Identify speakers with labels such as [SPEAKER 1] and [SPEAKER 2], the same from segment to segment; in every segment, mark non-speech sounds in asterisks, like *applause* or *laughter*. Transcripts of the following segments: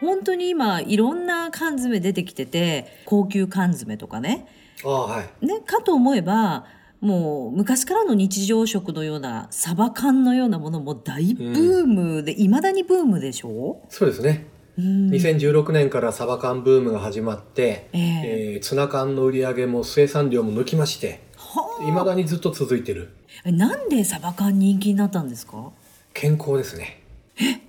[SPEAKER 1] 本当に今いろんな缶詰出てきてて高級缶詰とかね
[SPEAKER 2] ああはい
[SPEAKER 1] ねかと思えばもう昔からの日常食のようなサバ缶のようなものも大ブームでいま、未だにブームでしょ、
[SPEAKER 2] そうですね、
[SPEAKER 1] うん
[SPEAKER 2] 2016年からサバ缶ブームが始まって、
[SPEAKER 1] ええ
[SPEAKER 2] えーツナ缶の売り上げも生産量も抜きまして
[SPEAKER 1] はい
[SPEAKER 2] まだにずっと続いてる
[SPEAKER 1] あなんでサバ缶人気になったんですか
[SPEAKER 2] 健康ですね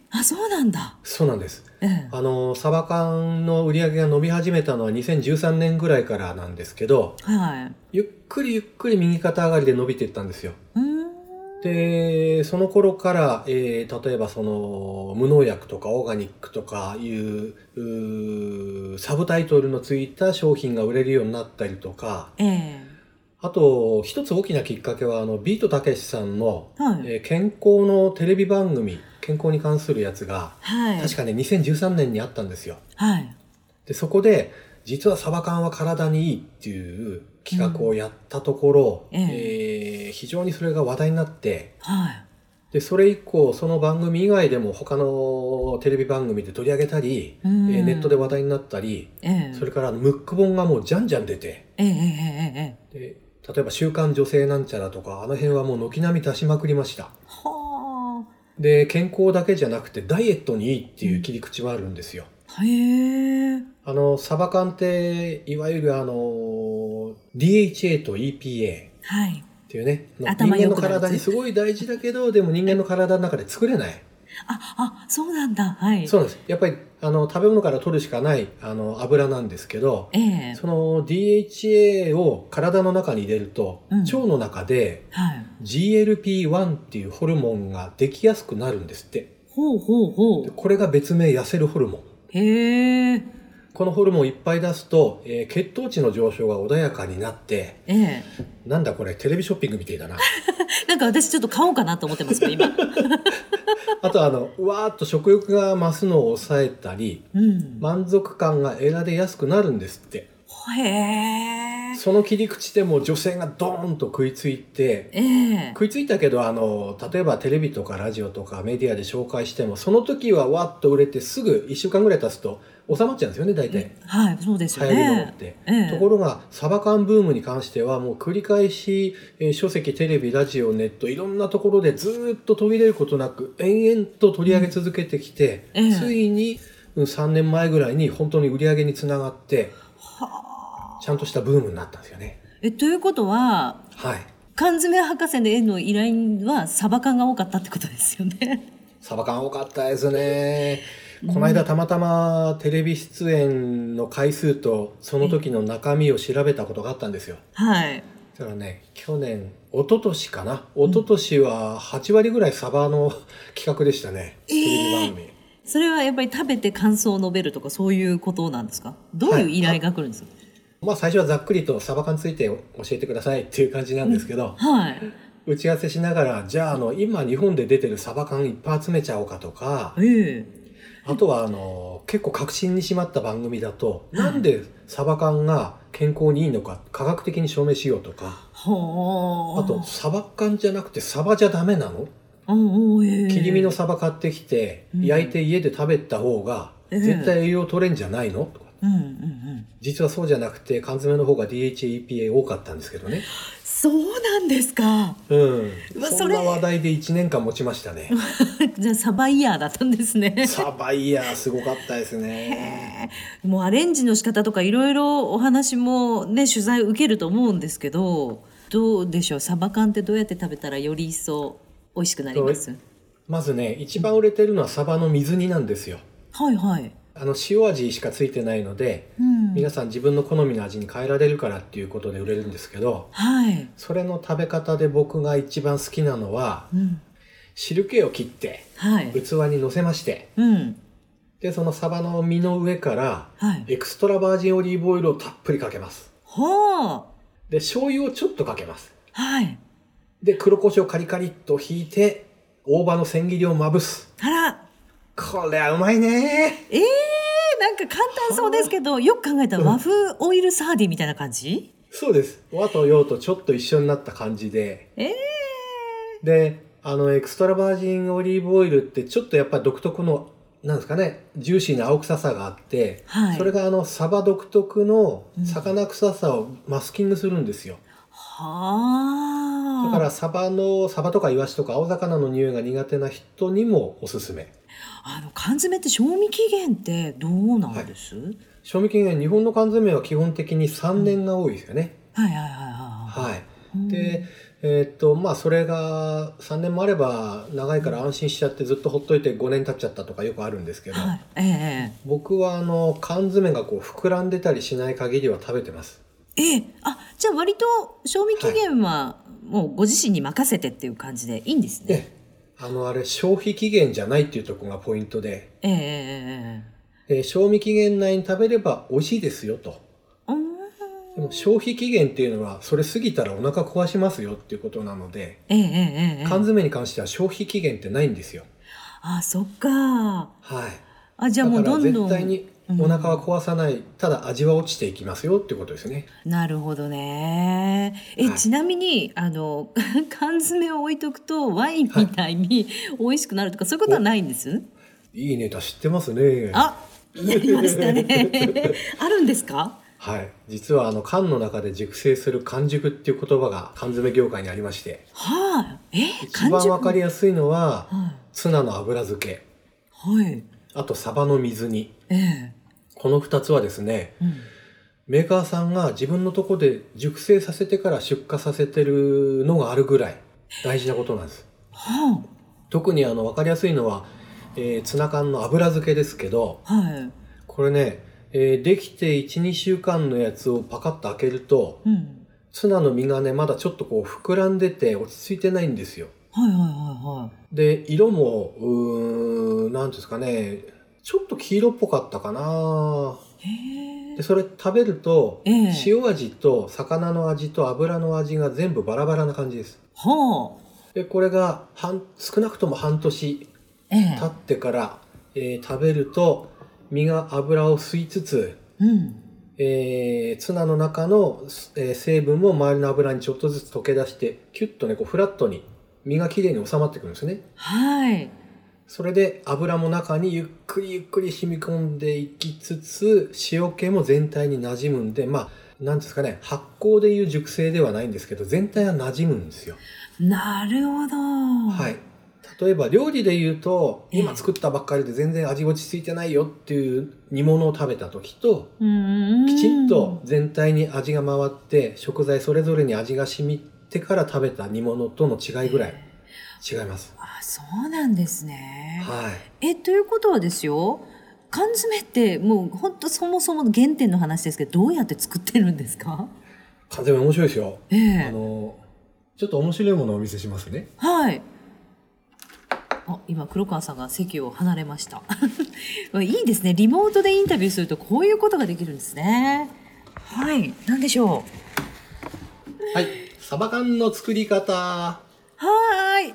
[SPEAKER 1] あそうなんだ、
[SPEAKER 2] そうなんです
[SPEAKER 1] ええ
[SPEAKER 2] あのサバ缶の売り上げが伸び始めたのは2013年ぐらいからなんですけど
[SPEAKER 1] はい
[SPEAKER 2] ゆっくりゆっくり右肩上がりで伸びていったんですよ
[SPEAKER 1] うーん
[SPEAKER 2] でその頃から、えー例えばその無農薬とかオーガニックとかいううーサブタイトルのついた商品が売れるようになったりとか
[SPEAKER 1] ええ
[SPEAKER 2] あと一つ大きなきっかけはあのビートたけしさんの、
[SPEAKER 1] はい、
[SPEAKER 2] えー健康のテレビ番組健康に関するやつが
[SPEAKER 1] はい
[SPEAKER 2] 確かね2013年にあったんですよ。
[SPEAKER 1] はい
[SPEAKER 2] でそこで実はサバ缶は体にいいっていう企画をやったところ、
[SPEAKER 1] うん
[SPEAKER 2] えー非常にそれが話題になって
[SPEAKER 1] はい
[SPEAKER 2] でそれ以降その番組以外でも他のテレビ番組で取り上げたり、
[SPEAKER 1] う
[SPEAKER 2] え
[SPEAKER 1] ん
[SPEAKER 2] ーネットで話題になったり
[SPEAKER 1] ええ
[SPEAKER 2] それからムック本がもうじゃんじゃん出て
[SPEAKER 1] ええええええええ
[SPEAKER 2] で例えば「週刊女性なんちゃら」とかあの辺はもう軒並み出しまくりました
[SPEAKER 1] は
[SPEAKER 2] で健康だけじゃなくてダイエットにいいっていう切り口もあるんですよ、
[SPEAKER 1] あへえ
[SPEAKER 2] あのサバ缶っていわゆるあの DHA と EPA
[SPEAKER 1] はい
[SPEAKER 2] っていうねの人
[SPEAKER 1] 頭
[SPEAKER 2] 間
[SPEAKER 1] 良
[SPEAKER 2] の
[SPEAKER 1] くなるやつ
[SPEAKER 2] 体にすごい大事だけどでも人間の体の中で作れない
[SPEAKER 1] ああそうなんだはい
[SPEAKER 2] そうなんですやっぱりあの食べ物から取るしかないあの油なんですけど
[SPEAKER 1] ええ
[SPEAKER 2] その DHA を体の中に入れると、
[SPEAKER 1] うん
[SPEAKER 2] 腸の中で
[SPEAKER 1] はい
[SPEAKER 2] GLP-1 っていうホルモンができやすくなるんですって
[SPEAKER 1] ほうほうほ
[SPEAKER 2] で
[SPEAKER 1] う
[SPEAKER 2] これが別名痩せるホルモン
[SPEAKER 1] へえ
[SPEAKER 2] このホルモンをいっぱい出すと、えー血糖値の上昇が穏やかになって
[SPEAKER 1] ええ
[SPEAKER 2] なんだこれテレビショッピングみた
[SPEAKER 1] *laughs*
[SPEAKER 2] いだな
[SPEAKER 1] なんか私ちょっと買おうかなと思ってます
[SPEAKER 2] *laughs*
[SPEAKER 1] 今
[SPEAKER 2] あとあのうわーっと食欲が増すのを抑えたり
[SPEAKER 1] うん、
[SPEAKER 2] 満足感が得られやすくなるんですって
[SPEAKER 1] へえ
[SPEAKER 2] その切り口でも女性がドーンと食いついて
[SPEAKER 1] ええ
[SPEAKER 2] 食いついたけどあの例えばテレビとかラジオとかメディアで紹介してもその時はわっと売れてすぐ1週間ぐらい経つと収まっちゃうんですよね大体
[SPEAKER 1] はいそうです
[SPEAKER 2] 流
[SPEAKER 1] よ
[SPEAKER 2] 行りのものっ
[SPEAKER 1] ね
[SPEAKER 2] て。
[SPEAKER 1] ええ
[SPEAKER 2] ところがサバ缶ブームに関してはもう繰り返し、えー書籍テレビラジオネットいろんなところでずーっと途切れることなく延々と取り上げ続けてきて、
[SPEAKER 1] うんええ
[SPEAKER 2] ついにうん3年前ぐらいに本当に売り上げにつながってちゃんとしたブームになったんですよね。
[SPEAKER 1] えということは
[SPEAKER 2] はい
[SPEAKER 1] 缶詰博士の絵の依頼はサバ缶が多かったってことですよね。 *laughs*
[SPEAKER 2] サバ缶多かったですね。この間たまたまテレビ出演の回数とその時の中身を調べたことがあったんですよ。
[SPEAKER 1] はい。
[SPEAKER 2] だからね去年一昨年かな一昨年は8割ぐらいサバの企画でしたね、テレビ番組
[SPEAKER 1] それはやっぱり食べて感想を述べるとかそういうことなんですかどういう依頼が来るんですか
[SPEAKER 2] まあ最初はざっくりとサバ缶について教えてくださいっていう感じなんですけど、
[SPEAKER 1] はい。
[SPEAKER 2] 打ち合わせしながらじゃああの今日本で出てるサバ缶いっぱい集めちゃおうかとか
[SPEAKER 1] ええ
[SPEAKER 2] あとはあの結構革新にしまった番組だとなんでサバ缶が健康にいいのか科学的に証明しようとか
[SPEAKER 1] ほー
[SPEAKER 2] あとサバ缶じゃなくてサバじゃダメなの
[SPEAKER 1] うんうんええ
[SPEAKER 2] 切り身のサバ買ってきて、
[SPEAKER 1] うん
[SPEAKER 2] 焼いて家で食べた方が
[SPEAKER 1] ええ
[SPEAKER 2] 絶対栄養取れんじゃないの、とか
[SPEAKER 1] うんうんうん。
[SPEAKER 2] 実はそうじゃなくて缶詰の方が DHEPA 多かったんですけどね、
[SPEAKER 1] そうなんですか。
[SPEAKER 2] うん、
[SPEAKER 1] うわ
[SPEAKER 2] そ
[SPEAKER 1] そ
[SPEAKER 2] ん
[SPEAKER 1] れ
[SPEAKER 2] な話題で1年間持ちましたね
[SPEAKER 1] *laughs* じゃあサバイヤーだったんですね。
[SPEAKER 2] サバイヤーすごかったですね
[SPEAKER 1] もうアレンジの仕方とかいろいろお話もね取材受けると思うんですけどどうでしょうサバ缶ってどうやって食べたらより一層美味しくなります
[SPEAKER 2] まずね一番売れてるのはサバの水煮なんですよ
[SPEAKER 1] はいはい、
[SPEAKER 2] あの塩味しかついてないので
[SPEAKER 1] うん、
[SPEAKER 2] 皆さん自分の好みの味に変えられるからっていうことで売れるんですけど
[SPEAKER 1] はい、
[SPEAKER 2] それの食べ方で僕が一番好きなのは
[SPEAKER 1] うん、
[SPEAKER 2] 汁気を切って
[SPEAKER 1] はい
[SPEAKER 2] 器に乗せまして
[SPEAKER 1] うん
[SPEAKER 2] でそのサバの身の上から
[SPEAKER 1] はい
[SPEAKER 2] エクストラバージンオリーブオイルをたっぷりかけます
[SPEAKER 1] ほう
[SPEAKER 2] で醤油をちょっとかけます
[SPEAKER 1] はい
[SPEAKER 2] で黒胡椒カリカリっとひいて大葉の千切りをまぶす
[SPEAKER 1] あら
[SPEAKER 2] これはうまいね
[SPEAKER 1] えー、なんか簡単そうですけどよく考えたら和風オイルサーディンみたいな感じ、
[SPEAKER 2] そうです和と洋とちょっと一緒になった感じで
[SPEAKER 1] ええ
[SPEAKER 2] であのエクストラバージンオリーブオイルってちょっとやっぱ独特のなんですかねジューシーな青臭さがあって、
[SPEAKER 1] はい
[SPEAKER 2] それがあのサバ独特の
[SPEAKER 1] うん
[SPEAKER 2] 魚臭さをマスキングするんですよ、
[SPEAKER 1] はあ
[SPEAKER 2] だからサバのサバとかイワシとか青魚の匂いが苦手な人にもおすすめ
[SPEAKER 1] あの缶詰って賞味期限ってどうなんです、
[SPEAKER 2] 賞味期限日本の缶詰は基本的に3年が多いですよね、
[SPEAKER 1] はい、はいはいはいは
[SPEAKER 2] はい
[SPEAKER 1] いうん
[SPEAKER 2] で、えーっとまあそれが3年もあれば長いから安心しちゃってずっとほっといて5年経っちゃったとかよくあるんですけど、
[SPEAKER 1] はい、ええ
[SPEAKER 2] 僕はあの缶詰がこう膨らんでたりしない限りは食べてます
[SPEAKER 1] ええあじゃあ割と賞味期限はもうご自身に任せてっていう感じでいいんですね。
[SPEAKER 2] であのあれ消費期限じゃないっていうところがポイントで、
[SPEAKER 1] ええええ
[SPEAKER 2] えー賞味期限内に食べれば美味しいですよと
[SPEAKER 1] ええうー
[SPEAKER 2] で
[SPEAKER 1] ん
[SPEAKER 2] も消費期限っていうのはそれ過ぎたらお腹壊しますよっていうことなので
[SPEAKER 1] ええええええ
[SPEAKER 2] 缶詰に関しては消費期限ってないんですよ
[SPEAKER 1] あそっか
[SPEAKER 2] はい
[SPEAKER 1] あじゃあ
[SPEAKER 2] だ
[SPEAKER 1] も
[SPEAKER 2] か
[SPEAKER 1] うど
[SPEAKER 2] ら
[SPEAKER 1] んど
[SPEAKER 2] 絶
[SPEAKER 1] ん
[SPEAKER 2] 対にお腹は壊さない、ただ味は落ちていきますよっていうことですね
[SPEAKER 1] なるほどねえ、
[SPEAKER 2] はい
[SPEAKER 1] ちなみにあの *laughs* 缶詰を置いとくとワインみたいに美味しくなるとか、そういうことはないんです
[SPEAKER 2] いいネタ知ってますね
[SPEAKER 1] あやりましたね *laughs* あるんですか
[SPEAKER 2] はい実はあの缶の中で熟成する完熟っていう言葉が缶詰業界にありまして
[SPEAKER 1] はい、え
[SPEAKER 2] 一番わかりやすいのは
[SPEAKER 1] は
[SPEAKER 2] ツナの油漬け
[SPEAKER 1] い、はい、
[SPEAKER 2] あとサバの水煮
[SPEAKER 1] ええ
[SPEAKER 2] この2つはですね
[SPEAKER 1] うん
[SPEAKER 2] メーカーさんが自分のとこで熟成させてから出荷させてるのがあるぐらい大事なことなんです
[SPEAKER 1] は
[SPEAKER 2] 特にあの分かりやすいのは、えーツナ缶の油漬けですけど
[SPEAKER 1] あ、はい、
[SPEAKER 2] これね、えーできて12週間のやつをパカッと開けると
[SPEAKER 1] うん、
[SPEAKER 2] ツナの身がねまだちょっとこう膨らんでて落ち着いてないんですよ
[SPEAKER 1] はいはいは
[SPEAKER 2] で色もうーん何ですかねちょっと黄色っぽかったかない
[SPEAKER 1] はい。へえ
[SPEAKER 2] で。それ食べると、
[SPEAKER 1] ええ
[SPEAKER 2] 塩味と魚の味と油の味が全部バラバラな感じです
[SPEAKER 1] はあ。
[SPEAKER 2] でこれが半少なくとも半年
[SPEAKER 1] ええ
[SPEAKER 2] 経。ってから、えー食べると身が油を吸いつつ、
[SPEAKER 1] うん。
[SPEAKER 2] えーツナの中の、えー成分も周りの油にちょっとずつ溶け出してキュッとねこうフラットに身がきれいに収まってくるんですね
[SPEAKER 1] はい。
[SPEAKER 2] それで油も中にゆっくりゆっくり染み込んでいきつつ塩気も全体に馴染むんでまあ何ですかね発酵でいう熟成ではないんですけど全体は馴染むんですよ、
[SPEAKER 1] なるほど。。
[SPEAKER 2] はいい例えば料理で言うと
[SPEAKER 1] ええ
[SPEAKER 2] 今作ったばっかりで全然味落ち着いてないよっていう煮物を食べた時と
[SPEAKER 1] うん。
[SPEAKER 2] きちんと。全体に味が回って食材それぞれに味が染みてから食べた煮物との違いぐらい違います
[SPEAKER 1] あ、そうなんですね。
[SPEAKER 2] はい
[SPEAKER 1] え、ということはですよ。缶詰ってもう本当そもそもの原点の話ですけどどうやって作ってるんですか
[SPEAKER 2] 完全に面白いですよ
[SPEAKER 1] え
[SPEAKER 2] あ
[SPEAKER 1] え
[SPEAKER 2] のちょっと面白いものをお見せしますね。
[SPEAKER 1] はいあ今黒川さんが席を離れました *laughs* いいですねリモートでインタビューするとこういうことができるんですねはい何でしょう
[SPEAKER 2] はい、サバ缶の作り方。
[SPEAKER 1] はーいあれ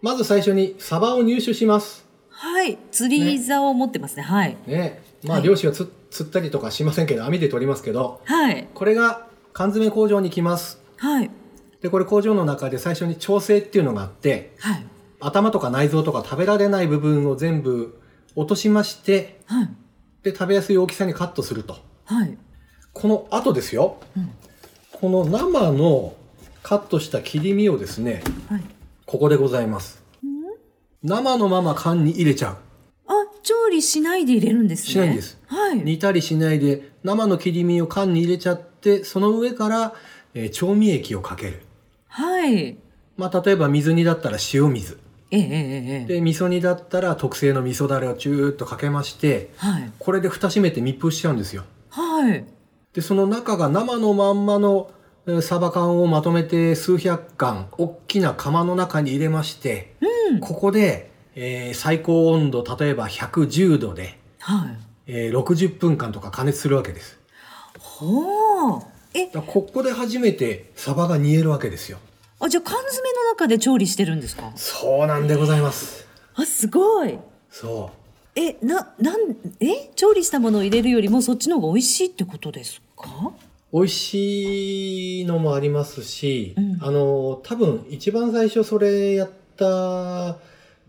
[SPEAKER 2] まず最初にサバを入手します。
[SPEAKER 1] はい釣り竿を持ってますねはい
[SPEAKER 2] ね、まあ
[SPEAKER 1] はい
[SPEAKER 2] 漁師はつ釣ったりとかしませんけど網で取りますけど、
[SPEAKER 1] はい
[SPEAKER 2] これが缶詰工場に来ます。
[SPEAKER 1] はい
[SPEAKER 2] で、これ工場の中で最初に調整っていうのがあって、
[SPEAKER 1] はい
[SPEAKER 2] 頭とか内臓とか食べられない部分を全部落としまして、
[SPEAKER 1] はい
[SPEAKER 2] で食べやすい大きさにカットすると。
[SPEAKER 1] はい
[SPEAKER 2] この後ですよ。
[SPEAKER 1] うん
[SPEAKER 2] この生のカットした切り身をですね、
[SPEAKER 1] はい
[SPEAKER 2] ここでございます。生のまま缶に入れちゃう
[SPEAKER 1] あ調理しないで入れるんですね
[SPEAKER 2] しないんです
[SPEAKER 1] はい
[SPEAKER 2] 煮たりしないで生の切り身を缶に入れちゃってその上から、えー調味液をかける
[SPEAKER 1] はいえ
[SPEAKER 2] まあ例えば水煮だったら塩水
[SPEAKER 1] えええええ
[SPEAKER 2] で味噌煮だったら特製の味噌だれをチューッとかけまして
[SPEAKER 1] はい
[SPEAKER 2] これで蓋閉めて密封しちゃうんですよ
[SPEAKER 1] はい
[SPEAKER 2] でその中が生のまんまのえーサバ缶をまとめて数百缶大きな釜の中に入れまして、
[SPEAKER 1] うん
[SPEAKER 2] ここで、えー最高温度例えば110度で
[SPEAKER 1] はい
[SPEAKER 2] えー60分間とか加熱するわけです。
[SPEAKER 1] ほうえ
[SPEAKER 2] だからここで初めてサバが煮えるわけですよ。
[SPEAKER 1] あじゃあ缶詰の中で調理してるんですか
[SPEAKER 2] そうなんでございます。
[SPEAKER 1] あすごい
[SPEAKER 2] そ
[SPEAKER 1] えななんえ調理したものを入れるよりもそっちの方が美味しいってことですか
[SPEAKER 2] う。美味しいのもありますし、
[SPEAKER 1] うん
[SPEAKER 2] あの、多分一番最初それやった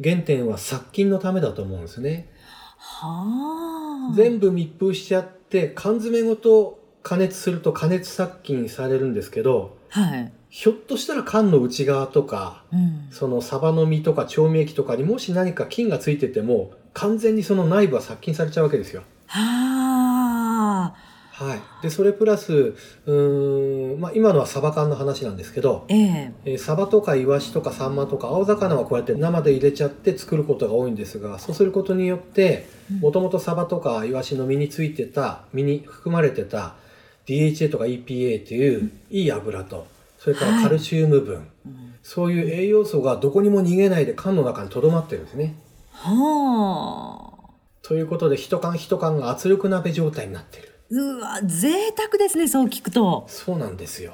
[SPEAKER 2] 原点は殺菌のためだと思うんですね。
[SPEAKER 1] はあ。
[SPEAKER 2] 全部密封しちゃって缶詰ごと加熱すると加熱殺菌されるんですけど
[SPEAKER 1] はい。
[SPEAKER 2] ひょっとしたら缶の内側とか
[SPEAKER 1] うん。
[SPEAKER 2] そのサバの身とか調味液とかにもし何か菌がついてても完全にその内部は殺菌されちゃうわけですよ。
[SPEAKER 1] はあ。
[SPEAKER 2] はい、でそれプラスうーん、まあ、今のはサバ缶の話なんですけど、
[SPEAKER 1] ええ。
[SPEAKER 2] えーサバとかイワシとかサンマとか青魚はこうやって生で入れちゃって作ることが多いんですがそうすることによって
[SPEAKER 1] うん
[SPEAKER 2] もともとサバとかイワシの身についてた身に含まれてた DHA とか EPA といういい油とそれからカルシウム分、
[SPEAKER 1] うん
[SPEAKER 2] そういう栄養素がどこにも逃げないで缶の中にとどまってるんですね。
[SPEAKER 1] はあ。
[SPEAKER 2] ということで一缶一缶が圧力鍋状態になってる
[SPEAKER 1] うわ、贅沢ですね、そう聞くと。
[SPEAKER 2] そうなんですよ。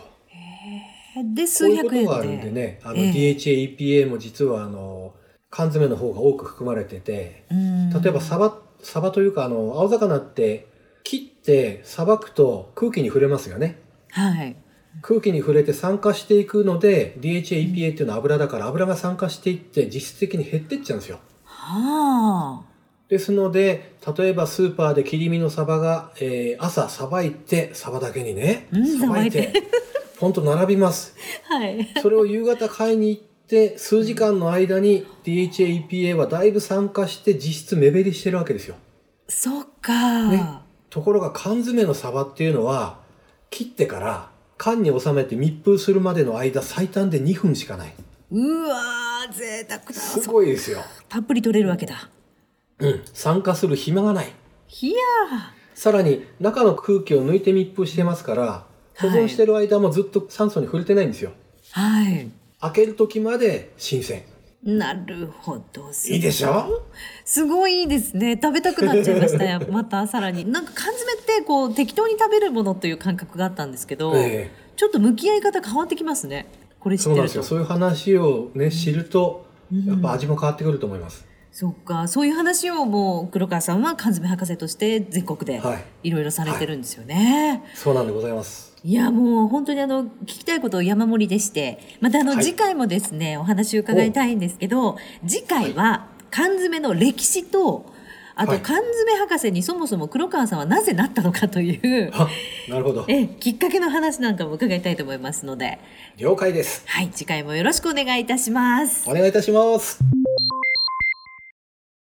[SPEAKER 1] で、
[SPEAKER 2] こう
[SPEAKER 1] 数
[SPEAKER 2] いう
[SPEAKER 1] 百
[SPEAKER 2] こ
[SPEAKER 1] 円で。
[SPEAKER 2] とがあるんでね、あの
[SPEAKER 1] ええ
[SPEAKER 2] DHA、EPA も実はあの缶詰の方が多く含まれてて、
[SPEAKER 1] うん。
[SPEAKER 2] 例えばサバ、サバというかあの青魚って切ってさばくと空気に触れますよね。
[SPEAKER 1] はい。
[SPEAKER 2] 空気に触れて酸化していくので、DHA、EPA っていうのは油だから油が酸化していって実質的に減ってっちゃうんですよ。
[SPEAKER 1] はあ。
[SPEAKER 2] ですので、例えばスーパーで切り身のサバが、えー朝さばいて、サバだけにね
[SPEAKER 1] うん、
[SPEAKER 2] さばい
[SPEAKER 1] さ
[SPEAKER 2] て、 *laughs* ポンと並びます。
[SPEAKER 1] はい。
[SPEAKER 2] それを夕方買いに行って、数時間の間に DHA、EPA はだいぶ酸化して実質目減りしてるわけですよ。
[SPEAKER 1] そっか。
[SPEAKER 2] ねところが缶詰のサバっていうのは、切ってから缶に収めて密封するまでの間最短で2分しかない。
[SPEAKER 1] うわー、贅沢だ。
[SPEAKER 2] す
[SPEAKER 1] そ
[SPEAKER 2] ごいですよ。
[SPEAKER 1] たっぷり取れるわけだ。
[SPEAKER 2] うん。酸化する暇がない。
[SPEAKER 1] ひや
[SPEAKER 2] さらに中の空気を抜いて密封してますから、保存してる間もずっと酸素に触れてないんですよ。
[SPEAKER 1] ー。はい。
[SPEAKER 2] 開ける時まで新鮮。
[SPEAKER 1] なるほど。す
[SPEAKER 2] いいでしょ
[SPEAKER 1] すごいいいですね。食べたくなっちゃいましたよ。またさらに。なんか缶詰ってこう適当に食べるものという感覚があったんですけど、
[SPEAKER 2] ええ
[SPEAKER 1] ちょっと向き合い方変わってきますね。これ知
[SPEAKER 2] そう
[SPEAKER 1] っ
[SPEAKER 2] な
[SPEAKER 1] て
[SPEAKER 2] ん
[SPEAKER 1] る
[SPEAKER 2] です
[SPEAKER 1] と。
[SPEAKER 2] よ。そういう話をね、知ると、
[SPEAKER 1] うん
[SPEAKER 2] やっぱ味も変わってくると思います。
[SPEAKER 1] そっか。そういう話をもう黒川さんは缶詰博士として全国で
[SPEAKER 2] はい。
[SPEAKER 1] いろいろされてるんですよね。
[SPEAKER 2] そうなんでございます。
[SPEAKER 1] いやもう本当にあの聞きたいこと山盛りでしてまたあの
[SPEAKER 2] はい
[SPEAKER 1] 次回もですね、お話を伺いたいんですけど次回は缶詰の歴史とあ
[SPEAKER 2] は
[SPEAKER 1] と
[SPEAKER 2] い
[SPEAKER 1] 缶詰博士にそもそも黒川さんはなぜなったのかという、
[SPEAKER 2] あ、なるほど。
[SPEAKER 1] えきっかけの話なんかも伺いたいと思いますので、
[SPEAKER 2] 了解です。
[SPEAKER 1] はい、次回もよろしくお願いいたします。
[SPEAKER 2] お願いいたします。